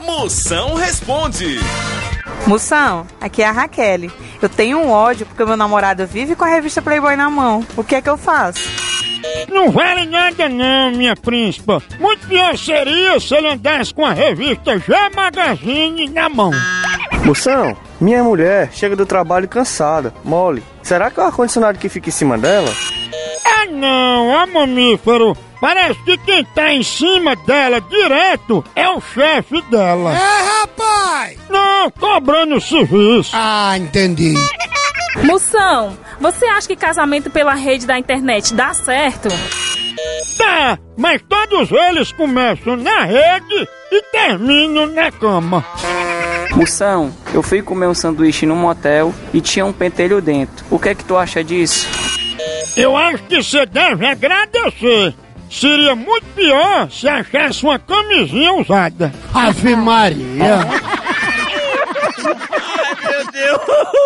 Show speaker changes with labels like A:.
A: Moção responde.
B: Moção, aqui é a Raquel. Eu tenho um ódio porque meu namorado vive com a revista Playboy na mão. O que é que eu faço?
C: Não vale nada não, minha príncipa. Muito pior seria se ele andasse com a revista G Magazine na mão.
D: Moção, minha mulher chega do trabalho cansada, mole. Será que é o ar-condicionado que fica em cima dela?
C: Ah não, ó mamífero. Parece que quem tá em cima dela direto é o chefe dela.
E: É, rapaz!
C: Não, cobrando serviço.
E: Ah, entendi.
F: Moção, você acha que casamento pela rede da internet dá certo?
C: Tá, mas todos eles começam na rede e terminam na cama.
G: Moção, eu fui comer um sanduíche num motel e tinha um pentelho dentro. O que é que tu acha disso?
C: Eu acho que você deve agradecer. Seria muito pior se achasse uma camisinha usada.
E: Ave Maria.
A: Meu Deus.